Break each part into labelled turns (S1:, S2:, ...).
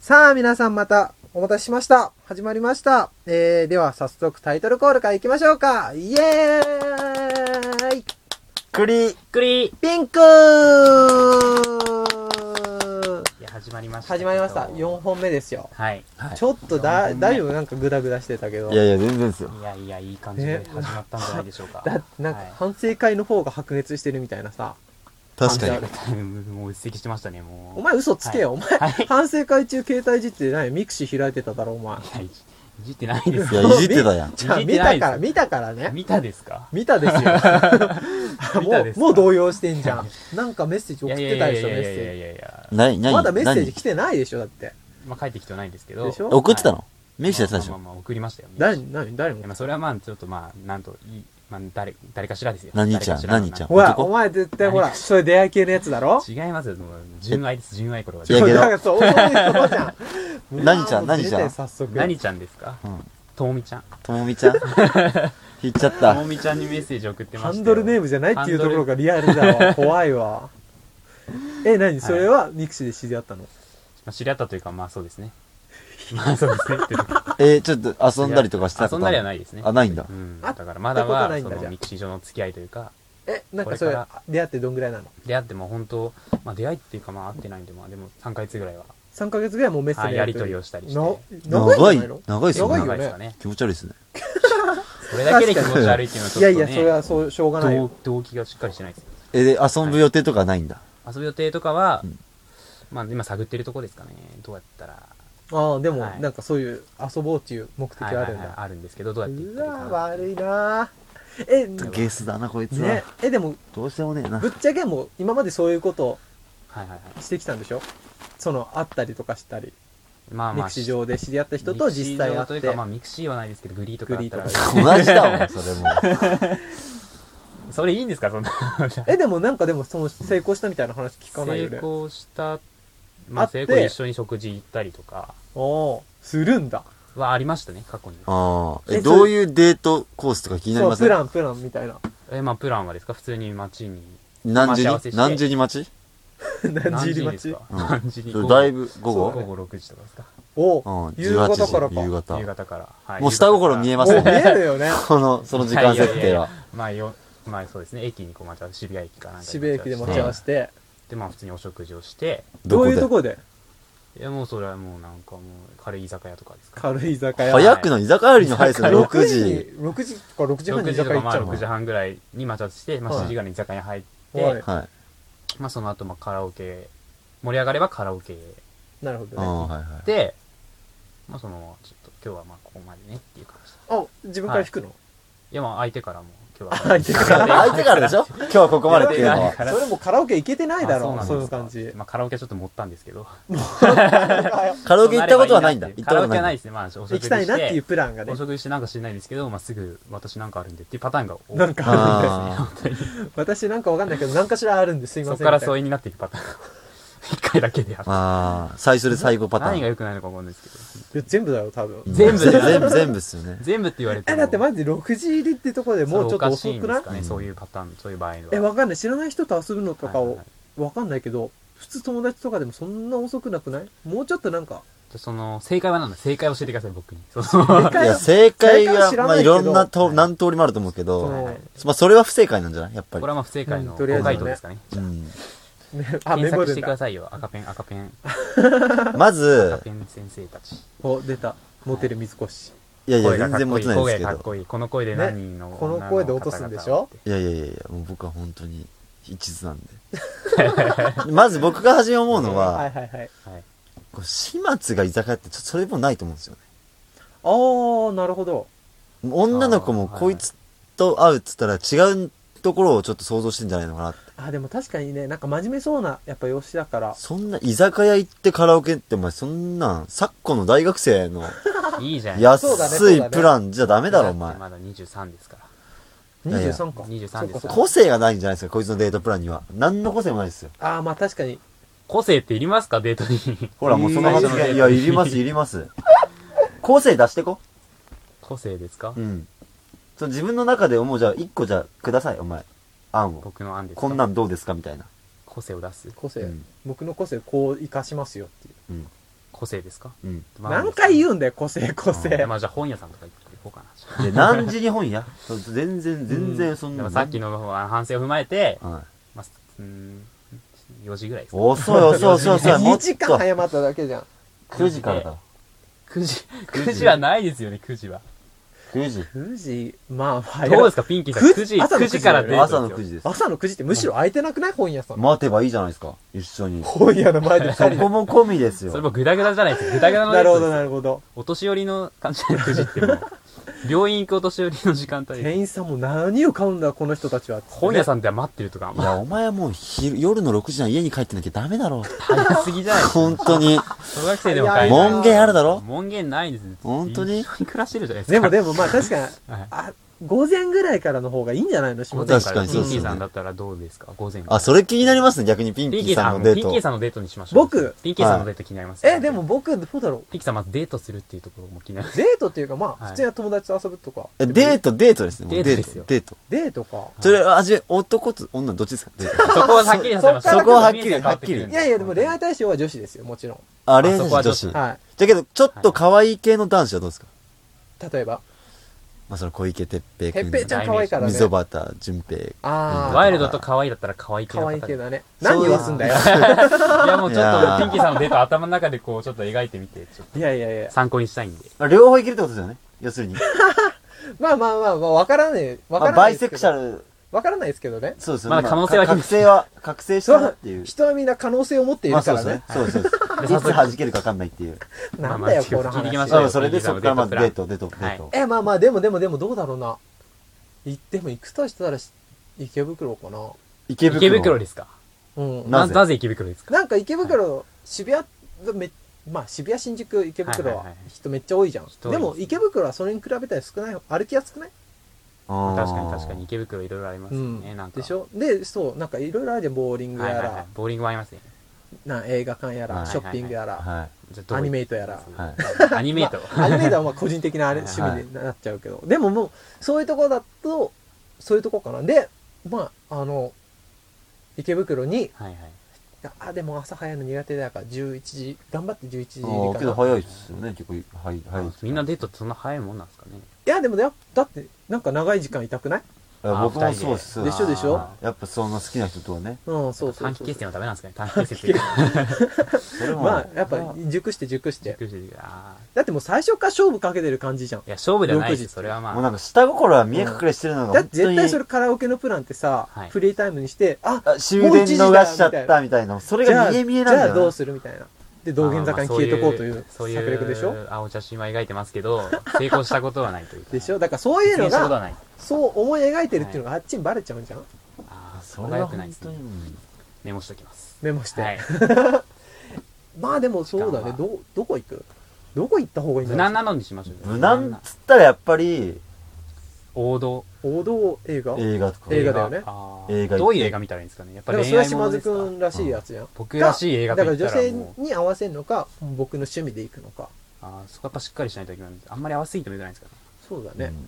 S1: さあ、皆さんまたお待たせしました。始まりました。えー、では早速タイトルコールから行きましょうか。イエーイ
S2: 栗
S3: くりい
S1: ピンクー
S3: や始まりましたけ
S1: 始
S3: ど
S1: まりました。4本目ですよ。
S3: はい
S2: はい
S1: ちょっと
S3: 四
S1: だ、
S3: 本目
S1: 大丈夫なんかグダグダしてたけど
S2: い。やいや、全然ですよ。
S3: いやいやいい感じで
S1: ね
S3: 始まったんじゃないでしょうか、
S1: だってなんか
S3: はい
S1: 反省会の方が白熱してるみたいなさ。
S2: 確か
S1: あ
S2: に
S1: ん。
S3: もう一席してましたねもう
S1: お前嘘つけよ、お前。
S3: はいい
S1: 反省会中携帯いじってないミクシー開いてただろ、お前。
S3: やいじいじってないです
S2: いや、
S3: よ
S2: いじってたやん。
S1: じゃあ
S3: い
S1: 見
S3: じってな
S1: た
S3: い
S1: か
S3: です
S1: ら、見たからね。
S3: 見たですか
S1: 見たですよ。
S3: 見
S1: も
S3: たで
S1: う、
S3: すか
S1: もう動揺してんじゃん。なんかメッセージ送ってたでしょ、
S3: い
S1: メッセ
S3: やいやいやいやい
S1: ー
S3: やいや
S2: 何
S1: ジ。
S2: 何
S1: まだメッセージ
S2: 何
S1: 来てないでしょ、だって。
S3: まあ帰ってきてはないんですけど
S1: でしょ
S2: 送ってた
S3: は
S2: の
S3: い
S2: メッセージやってたでし
S3: まあ
S2: ょ
S3: まあまあ送りましたよ
S1: 誰、何、誰も
S3: いや。まあそれはまあちょっとまあなんといいまあ誰誰かしらですよ
S2: 何ちゃ
S3: 誰か
S2: ん
S3: しらの
S2: 何ちゃん
S1: ほら、
S2: 男
S1: お前絶対ほら、それ出会い系のやつだろ
S3: 違いますよもう純愛です純愛これは
S2: 違うけど
S1: だからそう、そういうことじゃん。
S2: 何ちゃん
S1: うわー
S2: 何ちゃん
S1: 出て早速。
S3: 何ちゃんですか
S2: うん。
S3: ともみちゃん
S2: ともみちゃん引いちゃっ
S3: とも
S2: た。
S3: みちゃんにメッセージ送ってました
S1: ハ
S3: よ
S1: ンドルネームじゃないっていうところがリアルだわ。怖い わ。え、何それはミクシーで知り合ったの
S3: まあ、知り合ったというかまあそ うですねまあそうですねって
S2: えー、ちょっと遊んだりとかしたこ
S3: 遊
S2: と
S3: んだりはないですね
S2: あ、ないんだ
S3: う。ん、
S1: あ
S3: だからまだは
S1: 会ったことないんだ
S3: そ
S1: じゃ
S3: の
S1: あ
S3: ミクシー上の付き合いというか
S1: え、なんかそ
S3: これ
S1: れ
S3: から、
S1: 出会ってどんぐらいなの
S3: 出会っても本当、まあ、出会いっていうかまあ会ってないんでまあでも3ヶ月ぐらいは
S1: ?3 ヶ月ぐらいもうメッセー
S3: は
S1: ジ
S3: い
S1: で
S3: やり取りをしたりして
S1: の長
S2: 長
S1: いん
S2: い
S1: じゃないの、
S2: 長いっす
S1: 長
S2: よ
S1: い
S2: ね。
S1: よ
S3: ですかね
S2: 気持ち悪いっすね。
S3: それだけで気持ち悪いっていうのはちょ
S1: い
S3: っと、
S1: やい
S3: ね、
S1: や、それはそう、しょうがないよ
S3: 動。動機がしっかりしてないですよ
S2: えー、で遊ぶ予定とかないんだ。
S3: 遊ぶ予定とかは、
S2: うん
S3: まあ今探ってるとこですかねどうやったら
S1: ああ、でも、
S3: はい
S1: なんかそういう遊ぼうっていう目的
S3: はい
S1: はあ
S3: は
S1: る
S3: い
S1: ん
S3: はい
S1: だ。
S3: あるんですけどどうやっていっ
S1: う
S3: たらいい
S1: わ、
S3: かな
S1: 悪いなえ、
S2: ゲスだな、こいつ
S1: ね
S2: は。、
S1: え、でも、
S2: どうしてもねえな
S1: ぶっ。ちゃけもう、今までそういうこと
S3: はいはいはい
S1: してきたんでしょその、会ったりとかしたり、
S3: まあ
S1: ミ
S3: まあ
S1: クシー上で知り合った人と実際会
S3: ミクシー上と
S1: っ
S3: いう
S1: て
S3: か、まあ、ミクシーはないですけどグリーとかだったら
S1: グリ
S2: 同じだわ、それも。
S3: それいいんですかそんな
S1: え、でもなんかでも、その、成功したみたいな話聞かないよ
S3: 成
S1: ね。
S3: 功した、まあ、
S1: 会
S3: 成
S1: って
S3: 功一緒に食事行ったりとか
S1: おーするんだ。
S3: はありましたね過去に
S2: ああ。
S1: え
S2: え、どういうデートコースとか気になり
S1: そう、
S2: ます
S1: プラン、プランみたいな。
S3: えまあプランはですか普通に街に
S2: 何
S3: 待
S2: 時
S3: ち合わせして
S2: に何時に待ち
S1: 何時入り
S3: に
S1: 待
S3: です
S1: ち
S3: か
S2: うん
S3: 何時に
S2: だいぶ午
S3: 午
S2: 後
S3: 後6時とかですか
S1: お
S2: う
S1: ー
S2: ん、
S1: 夕方からか
S2: 18時夕方
S3: 夕。方から、はい
S2: もう下心見えま
S1: お
S2: す
S1: ー
S2: よ
S1: 見
S2: ね。
S1: えるよ ね。
S2: この、その時間設
S3: いやいやい
S2: 定
S3: や
S2: は。
S3: まあよまあそうですね駅にこう待ち合わせ渋谷駅かなんかに
S1: 渋谷駅で待ち合わ
S3: て
S1: せて、
S3: でまあ普通にお食事をして
S1: どういうと
S2: こ
S1: こで
S3: いやもうそれはもうなんかもう軽い居酒屋とかですか
S1: 軽い居酒
S2: で
S1: 屋。
S2: 早くの居酒屋よりの早さ
S1: あ
S2: 6
S1: 6
S2: 時。
S1: 時6時とか6時半に
S3: 6
S1: 居
S3: 時と
S1: 酒屋行
S3: かま
S1: っちゃ
S3: あ
S1: うの
S3: 6時半ぐらいに待ち合わせして、まあ、
S1: はい
S3: 7時ぐらいに居酒屋に入って、
S1: はい
S2: はい。
S3: まあ、その後まあカラオケ盛り上がればカラオケへ
S1: なるほ
S2: あ
S1: ど
S2: あ
S1: ね
S2: はいはい。
S3: で、まあ、そのちょっと今日はまあここまでねっていう感じで
S1: あ自分から引くの、
S3: いやまあ相手からも今日は
S1: 相手から
S2: 相手からでしょ今日はここまでっていうのは。
S3: から
S1: それもカラオケ行けてないだろう
S3: あ
S1: そうい
S3: なんで
S1: う
S3: すか
S1: 感じ
S3: まあ、カラオケちょっと持ったんですけど
S2: カ
S3: カ
S2: ラオケ行ったことはないんだ。行った
S3: カ
S2: こ
S3: ラ
S2: と
S3: オケは
S2: な
S3: ない
S2: い。
S3: ですねまあお食事
S1: 行
S3: し
S1: き
S3: て
S1: たいなっていうプランがね
S3: お食事してなんか知らないですけど、まあ、すぐ私なんかあるんでっていうパターンが多い
S1: なんかあるんで
S2: あ
S3: 本当に
S1: 私なんかわかんないけど何かしらあるんですいま
S3: そ
S1: せん
S3: こから
S1: みた
S3: 疎
S1: い
S3: 遠になっていくパターンが一回だけである
S2: ああ、最初で最後パタ
S3: 何が
S2: ーン。
S3: 良くないのか思うんですけ
S1: な
S3: ど
S1: いや全部だよ多分、
S2: うん
S3: 全部
S2: 全部、全部っすよね。
S3: 全部って言われて
S1: え
S3: も
S1: だってマジで6時入りってとこでもうちょっと遅くない
S3: それおかしんですかねそういうパターンそういう場合は
S1: えわかんない知らない人と遊ぶのとか
S3: はい
S1: を
S3: はい
S1: わかんないけど普通友達とかでもそんな遅くなくないもうちょっとなんか
S3: その正解は何だ正解を教えてください僕にそう
S1: 正
S2: い
S1: 解
S2: や、
S1: は
S2: 正解
S1: 正解は
S2: が、
S1: 知らな
S2: ま
S1: いけ
S2: あ、い
S1: ど
S2: ろんなと、何通りもあると思うけ
S1: そ
S2: ど、
S1: の
S3: はい
S2: まあ、それは不正解なんじゃないやっぱ
S3: これ。
S2: り
S3: はまあ不正解
S1: う
S3: の
S1: んとりあえ
S3: 高
S1: ずね
S3: 回答ですかね
S2: うん。
S1: あメ
S3: 検
S1: モ
S3: 索し
S1: るん
S3: てくだ
S1: だ
S3: さいよ赤ペン赤ペン
S2: ま
S3: 赤
S2: ず
S3: ペ、ン先生たち
S1: お出たモテる水越
S2: いやいや、
S3: 声が
S2: 全
S3: かっ
S2: 然
S3: こ
S2: 持
S3: いい
S2: てないです
S3: 声
S2: け
S3: がかっ
S2: ど。
S3: こいいこの声で何人の
S1: ねこの声で落とすんでしょ
S2: いやいやいやいや、もう僕は本当に一途なんで。 まず僕が初め思うの
S1: はい
S2: は、
S1: はいはい
S3: はい
S2: こう始末が居酒屋ってちょっとそれもないと思うんですよね。
S1: ああなるほど
S2: 女の子もこいつと会うっつったら違うところをちょっと想像してんじゃないのかなって。
S1: あでも確かにねなんか真面目そうなやっぱ容姿だから
S2: そんな居酒屋行ってカラオケってお前そんなん、昨今の大学生の
S3: いいじゃん
S1: そうだね
S2: 安
S1: そう
S2: い
S1: だね
S2: プランじゃダメだろお
S3: だっ
S2: 前
S3: て。まだ23ですから
S2: やいや
S1: 23か
S3: 23です
S1: そうかそうか
S2: 個性がないんじゃないですか、こいつのデートプランには。何の個性もないですよ。
S1: ああまあ確かに
S3: 個性っていりますかデートに
S2: ほらもうその
S3: 最
S2: 発
S3: 初のデート
S2: 言。
S3: に
S2: いや、いります、いります。個性出してこ。
S3: 個性ですか
S2: うん。その自分の中で思う、じゃあ、一個じゃあください、お前。案を。
S3: 僕の案ですか
S2: こんなんどうですかみたいな。
S3: 個性を出す
S1: 個性、
S2: うん
S1: 僕の個性こう生かしますよっていう
S2: うん。
S3: 個性ですか
S2: うん。
S1: 何回
S3: う
S1: 言うんだよ、個性、個性。
S3: まあじゃあ本屋さんとか行こうかな。
S2: で、何時に本やそう全然、全然そん
S3: で
S2: な
S3: もさっきの反省を踏まえて、
S2: はい。
S3: まあ、うーん、4時ぐらいですか。
S2: 遅い遅い遅い遅い。も
S1: 2
S2: っと
S1: 時間早まっただけじゃん。
S2: 9時からだ。
S3: 9時、
S2: 9
S3: 9時はないですよね、9時は。
S2: 9時。
S1: 9時、まあ、早い
S3: どうですか、ピンキーさん。
S1: 9
S3: 9
S1: 時
S3: 時、
S1: 朝の
S3: 9
S1: 9時
S3: 時からデート
S2: 朝の
S3: です
S2: 9
S3: よ。
S2: 時です。
S1: 朝の9時ってむしろ空いてなくない本屋さん。
S2: 待てばいいじゃないですか。一緒に。
S1: 本屋の前で2
S2: そ
S1: 人で
S2: こも込みです
S3: それ
S2: よ。
S3: もグダグダじゃないですか。グダグダのデ
S1: な
S3: ー
S1: る
S3: ト
S1: ほど、
S3: です
S1: な
S3: よ。
S1: るほど。
S3: お年寄りの感じの9時ってもう、病院行くお年寄りの時間帯で
S1: 店員さんも何を買うんだ、この人たちは。
S3: す。本屋
S1: ん。
S3: さんでは待ってるとか、
S2: いや、お前はもう昼、夜の6時には家に帰ってなきゃダメだろ。
S3: 早すぎ じゃないですか。
S2: 本当に。
S3: 小学生でも買えない。
S2: 門限あるだろ
S3: 門限ないですね
S2: 本当に
S3: 一緒に暮らしてるじゃないですか。
S1: でもでも、まあ確かに、
S3: はい
S1: あ、午前ぐらいからの方がいいんじゃないの、下
S3: 午
S1: 田
S3: 前か
S2: 確からに
S3: ピ
S2: そ
S3: ン
S2: うですよね
S3: キーさんだったらどうですか午前から
S2: あ、それ気になりますね。逆にピンキ
S3: ピン
S2: ー
S3: キー
S2: さ
S3: さ
S2: ん
S3: ん、
S2: のデ
S3: ピ
S2: ー
S3: ンキー
S2: ト。
S3: さんのデートにしましょう。
S1: 僕
S3: ピンキーさんのデート気になります。
S1: え、でも、僕、どうだろう。
S3: ピンキーさんまずデートするっていうところも気になる。
S1: デートっていうか、まあ、
S3: はい
S1: 普通に友達と遊ぶとか。
S2: えデート、デートですね。もう
S3: デートですよ
S2: デート。
S1: デートか。
S2: それ、あ、じゃあ男と女どっちですかデート。
S3: そこははっきりさせましょう
S1: そこは
S2: はっきりはっきり
S1: いやいや、でも恋愛対象は女子ですよ、もちろん。
S2: あ、レー
S3: そこは
S2: 女
S3: 女
S2: 子。
S3: 子
S2: だ
S1: は
S2: けど、ちょっと可愛い系の男子はどうですか
S1: い。例えば、
S2: まあ、その小池徹平
S1: て
S2: 君
S1: っぺいちゃん可愛いからね。
S2: 溝端淳平。
S1: あー。
S3: ワイルドと可愛いだったら可愛い系の
S1: 可愛い
S3: 方
S1: 系
S3: で。
S1: だね。
S2: そう
S1: 何をすんだよ。
S3: いやもうちょ
S2: いや
S3: っ
S2: ー
S3: とピンキーさんのデート頭の中でこうちょっと描いてみて、ちょっ
S1: いやいやいや
S3: と。参考にしたいんで。
S2: あ両方いけるってことですよね。要するに。
S1: まあまあまあ、まあ、わからない、わか
S2: あ
S1: らな
S2: バ
S1: い
S2: イ
S1: で
S2: セ
S1: す
S2: ク
S1: け
S2: シャ
S1: ど。
S2: ル、
S1: わからないですけどね。
S2: そうですよ
S3: まだ可能性はあり
S2: 覚
S3: ます
S2: 醒は、覚醒したなっていう。
S1: 人はみんな可能性を持ってい
S2: まあ
S1: るか
S2: そうで
S1: ら
S2: すね
S1: ね。。
S2: そうですそうです。
S3: で
S2: いつ弾けるか分かんないっていう。
S1: なんだよ、
S3: まあま
S1: こ
S3: あ
S1: の
S3: 聞いてきまし
S1: 話
S3: ょ。う
S2: あそれでそこからまずデート、デート、デ
S3: は
S2: ー
S3: い
S2: ト。
S1: え、まあまあ、でもでもでもどうだろうな。行っても行くとしたらし、池袋かな。
S2: 池袋。
S3: 池袋ですか
S1: うん。
S2: な
S1: な
S2: ぜ
S3: なぜ池袋ですか
S1: んか池袋、渋谷がめ、まあ渋谷、新宿、池袋
S3: は
S1: は
S3: いはいはい
S1: 人めっちゃ多いじゃん。
S3: 人多い
S1: でも池袋はそれに比べたら少ない、歩きやすくない
S2: あー
S3: 確かに確かに。池袋いろいろあります
S1: う
S3: よ
S1: ん
S3: ね、なん。か。
S1: でしょで、そう、なんかいろいろあるじゃん。ボーリング
S3: はい
S1: や
S3: はいはい
S1: ら。、
S3: ボーリングもありますね。
S1: な映画館や
S2: はい
S1: ら、
S2: はい
S1: ショッピングやら。
S2: は
S3: じゃあどう
S1: アニメイトやら。
S2: はい
S3: アニ メイト。
S1: アニメーターはまあ個人的なあれ
S3: はい
S1: 趣味になっちゃうけど、でももうそういうところだとそういうところかなでまああの池袋に
S3: はいはい。
S1: あでも朝早いの苦手だから11時頑張って11時
S2: い。あーけ
S1: か
S2: ど
S1: な
S2: 早いですよね、結構。はい、早いです。
S3: みんなデートってそんな早いもんなんですかね。
S1: いやでもだだってなんか長い時間いたくない
S2: いや僕もそうです。そう
S1: でしょでしょ
S2: あーやっぱそんな好きな人とはね。
S1: うんそうそう
S3: 短期
S1: そう
S3: 決戦はダメなんですかね。短期決 戦。
S2: それも。
S1: まあやっぱ熟して熟し
S3: びってくりしてるけどあー
S1: だってもう最初から勝負かけてる感じじゃん
S3: いや、勝負ではないで
S1: 6
S3: す。
S1: 時
S3: それはま
S2: もう
S3: あ。
S2: なんか下心は見え隠れしてるのが
S1: だ
S2: 本
S1: って
S2: 当
S1: 絶
S2: に。
S1: 対それカラオケのプランってさ、
S3: はい
S1: フリータイムにしてあ
S2: あ、終電逃しちゃったみたいな。それ
S1: じゃ
S2: が
S1: あ
S2: 見え見え
S1: じ
S2: なんだ
S1: ゃ
S2: よ
S1: あ
S2: な。
S1: どうするみたいなで道玄坂に消えとこうという
S3: そ
S1: 策
S3: ういう
S1: 略でしょ、
S3: そういう青写真は描いてますけど、成功したことはないというか。
S1: でし
S3: ょ
S1: ょだからそういうの
S3: したことは
S1: が、
S3: ない。
S1: そう思い描いてるっていうのがあっちにバレちゃうんじゃん
S3: ああ、そ
S2: そ
S3: れ
S2: れ
S3: は良
S2: は
S3: くない
S2: 本
S3: です
S2: 当
S3: ね
S2: に。。
S3: メモしときます。
S1: メモして。
S3: はい。
S1: まあでもそうだね。
S3: 時間
S1: ど、どこ行くどこ行った 方がいいん
S3: 無
S1: だ
S3: 難
S1: ろう
S3: なのにしましょう。
S2: 無難っつったらやっぱり
S3: 王道。
S1: 王道映画
S2: 映画とか。
S1: 映画だよね
S3: あ
S2: 映
S3: ー
S2: 画
S3: どういう映画見たらいいんですかね。やっぱ
S1: だから
S3: り
S1: それ
S3: 恋
S1: は
S3: 愛も
S1: 島
S3: の
S1: 津
S3: です
S1: く
S3: か
S1: んらしいやつじゃん。
S3: 僕らしい映画
S1: だ
S3: と
S1: か
S3: 言
S1: ら
S3: った
S1: 女
S3: ら
S1: 性
S3: もう、
S1: に合わせるのか、僕の趣味で行くのか。
S3: あーそこはやっぱしっかりしないといけないんです。あんまり合わせすぎてもいけないんですから。
S1: そうだ
S2: う
S1: ね。
S2: ん
S3: うん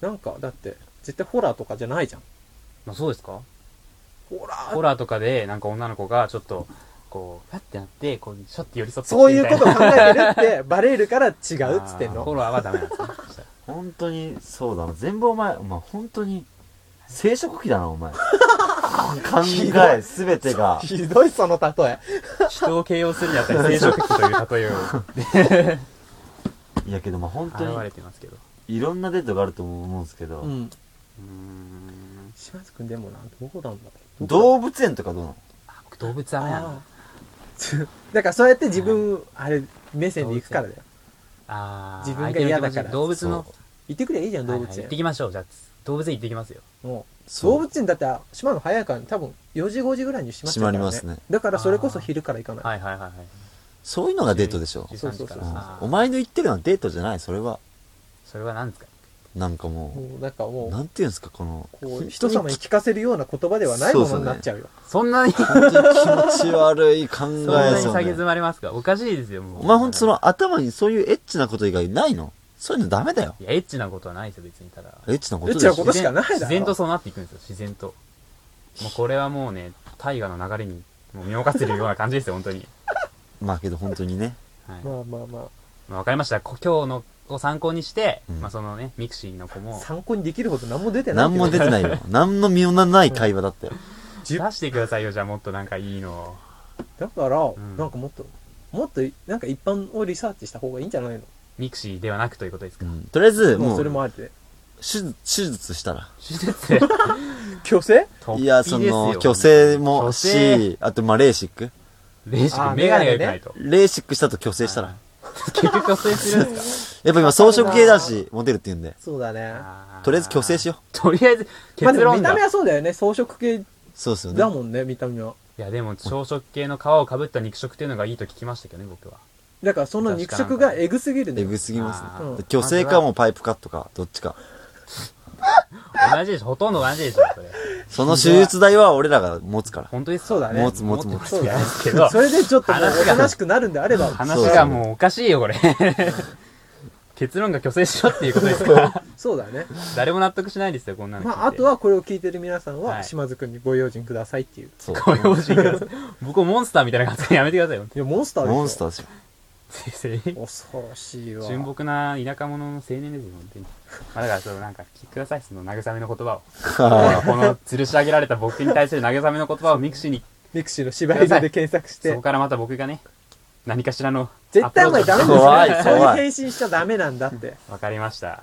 S1: なんか、だって、絶対ホラーとかじゃないじゃん。
S3: まあそうですか
S1: ホラー
S3: ホラーとかで、なんか女の子がちょっと、こう、パッてなって、こう、ちょっと寄り添ってきて
S1: そういう
S3: みた
S1: こ
S3: な
S1: と考えてる って、バレるから違うっつってん
S3: あーフォ
S1: の。
S3: ロワーはダメなんですね。そしたら
S2: 本当にそうだな全部お前お前本当に生殖期だなお前考
S1: ひど
S2: え
S1: い
S2: すべてが
S1: ひどいその例え。
S3: 人を形容するにあたり生殖器という 例えを
S2: いやけどまあ本当
S3: 現れ
S2: に
S3: てますけど。
S2: いろんなデートがあると思うんですけど、
S1: うん。
S3: うーん。
S1: 島津くんでもな、どこなんだろう。
S2: 動物園とかどうなの
S3: あ僕動物ダメなの。
S1: あー だからそうやって自分、あれ目線で行くからだよ
S3: あー
S1: 自分が
S3: 相手の
S1: 嫌だから
S3: 気持ち動物の
S2: そ、
S1: 行ってくりゃいいじゃん動
S3: はい
S1: 物
S3: はい行
S1: 園、
S3: ってきましょう。じゃあ、動物園行ってきますよ。
S1: もう
S2: そう
S1: 動物園だって島の早いから多分4時5時ぐらいに閉まっちゃうから、ね、
S2: 閉まりますね
S1: だからそれこそ昼から行かない、
S3: はいはいはいはい。
S2: そういうのがデートでしょ、
S1: そうそう
S3: 13時
S1: そ
S3: か
S1: う
S3: ら
S1: そう
S2: うん
S3: あ、ー
S2: お前の言ってるのはデートじゃないそれは
S3: それは何ですか
S2: なんかも
S1: もうなんか
S2: う
S1: もう
S2: なんていうんですかこの
S1: こう人様に聞かせるような言葉ではないものになっちゃうよ
S3: そんなに、そん
S2: 本当に気持ち悪い考
S3: な
S2: え
S3: に
S2: そ
S3: 下げ
S2: う、ね、
S3: 詰まりますかおかしいですよ、もう。
S2: お前本当そ。の頭にそういうエッチなこと以外ないのそういうのダメだよ
S3: いや、エッチなことはないですよ、別に。ただ。
S2: エッチなこと
S1: エッ
S2: で
S1: チ
S2: し
S1: な
S2: ょ
S1: ことしかないだろ
S3: 自然とそうなっていくんですよ自然ともうこれはもうね大河の流れにもう身を任せてるような感じですよ本当に
S2: まあけど本当にね
S3: はい
S1: まあまあま
S3: まあ、わかりました。こ今日のを参考にして、
S2: うん
S3: まあそのね、ミクシーの子
S1: あ、
S3: も
S1: 参考にできるほど何も出て ない。
S2: 何も出てないよ。 何の身のない会話だったよ。
S3: 出してくださいよ、じゃあもっとなんかいいのを。
S1: だから、
S3: ん
S1: なんかもっと、もっと、なんか一般をリサーチした方がいいんじゃないの
S3: ミクシーではなくということです
S2: う
S3: か。
S2: んとりあえず、
S1: も
S2: も
S1: う
S2: う、
S1: それもありで。
S2: 手術手術したら。
S3: 手術で。
S1: 強制
S3: 突飛
S2: いや、その、虚勢も
S3: 虚勢
S2: し、あと、まあ、レーシック。
S3: レーシッ
S1: あ
S3: ク、メガネが良くないと。
S2: レーシックしたと虚勢したら。
S3: 結局虚勢するんです
S2: やっぱ今、装飾系だし、モテるって言うんで。
S1: そうだね。
S3: か
S2: とりあえず虚勢し
S3: よ
S2: よ
S3: う。とりあえず、
S1: まあでも
S3: 結論
S1: 見た
S3: だ。
S1: 目
S3: い
S1: はそうだよね。装飾系
S2: う。そうっすよね
S1: だ。もんね、見た目は。
S3: や、でも、朝食系の皮をかぶった肉食っていうのがいいと聞きましたけどね、僕は。
S1: だからその肉食がエグすぎるんだ
S2: え
S1: よ
S2: ぐすぎま
S3: あ
S2: す
S1: ー
S2: ね
S1: うん。
S2: 虚勢かもうパイプカットか、どっちか。
S3: 同じでしょ、ほとんど同じでしょ、それ。
S2: その手術代は俺らが持つから。
S3: 本当ですか
S1: そうだね
S2: 持つ持つ持つ
S3: ってないですけど
S1: そ、れでちょっともう
S3: 話
S1: お
S3: が
S1: となしくなるんであれば、
S3: 話がもうおかしいよ、これ。 結論が虚勢しろっていうことですから。
S1: そうだね。
S3: 誰も納得しないですよ、こんなの聞いて。
S1: まあ、あとはこれを聞いてる皆さん
S3: は
S1: は、
S3: い
S1: 島津くんにご用心くださいっていう。
S2: そう。
S3: ご用心ください。 僕をモンスターみたいな感じでやめてください よ。
S1: いや、モンスターでしょ
S2: モンスターで すよ。
S3: 先生
S1: 恐ろしいわ。
S3: 純朴な田舎者の青年ですよ、本当に。まあ、だから、そのなんか、聞いてください、その慰めの言葉を。この吊るし上げられた僕に対する慰めの言葉をミクシーに、
S1: ミクシーの芝居座 で検索し
S3: そ
S1: て
S3: こ。からまた僕がね、何かしらの
S1: 絶対お前ダメ
S3: ア
S1: です
S3: プローチを
S1: よ。
S2: 怖い
S1: そういう
S2: 怖い
S1: 返信しちゃダメなんだって。
S3: わかりました。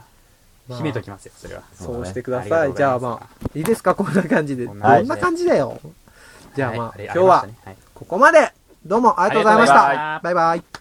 S1: まあ
S3: 秘めときますよ、それは。
S1: そうしてく
S3: あ
S1: だ
S3: り
S1: さ
S3: が
S1: い。
S3: とうご
S1: じゃ
S3: ざま
S1: あ
S3: す
S1: まあ、いいですかこんな感じで。
S3: こ
S1: こ
S3: ん
S1: ん
S3: な感じで
S1: な感じだよ。じゃあまあ
S3: は、い
S1: 今日は
S3: ありがとうございましたねはい
S1: ここまで。どうもありがとうございまし
S3: ありがとうご
S1: た。バ
S3: ざいました
S1: イバイ。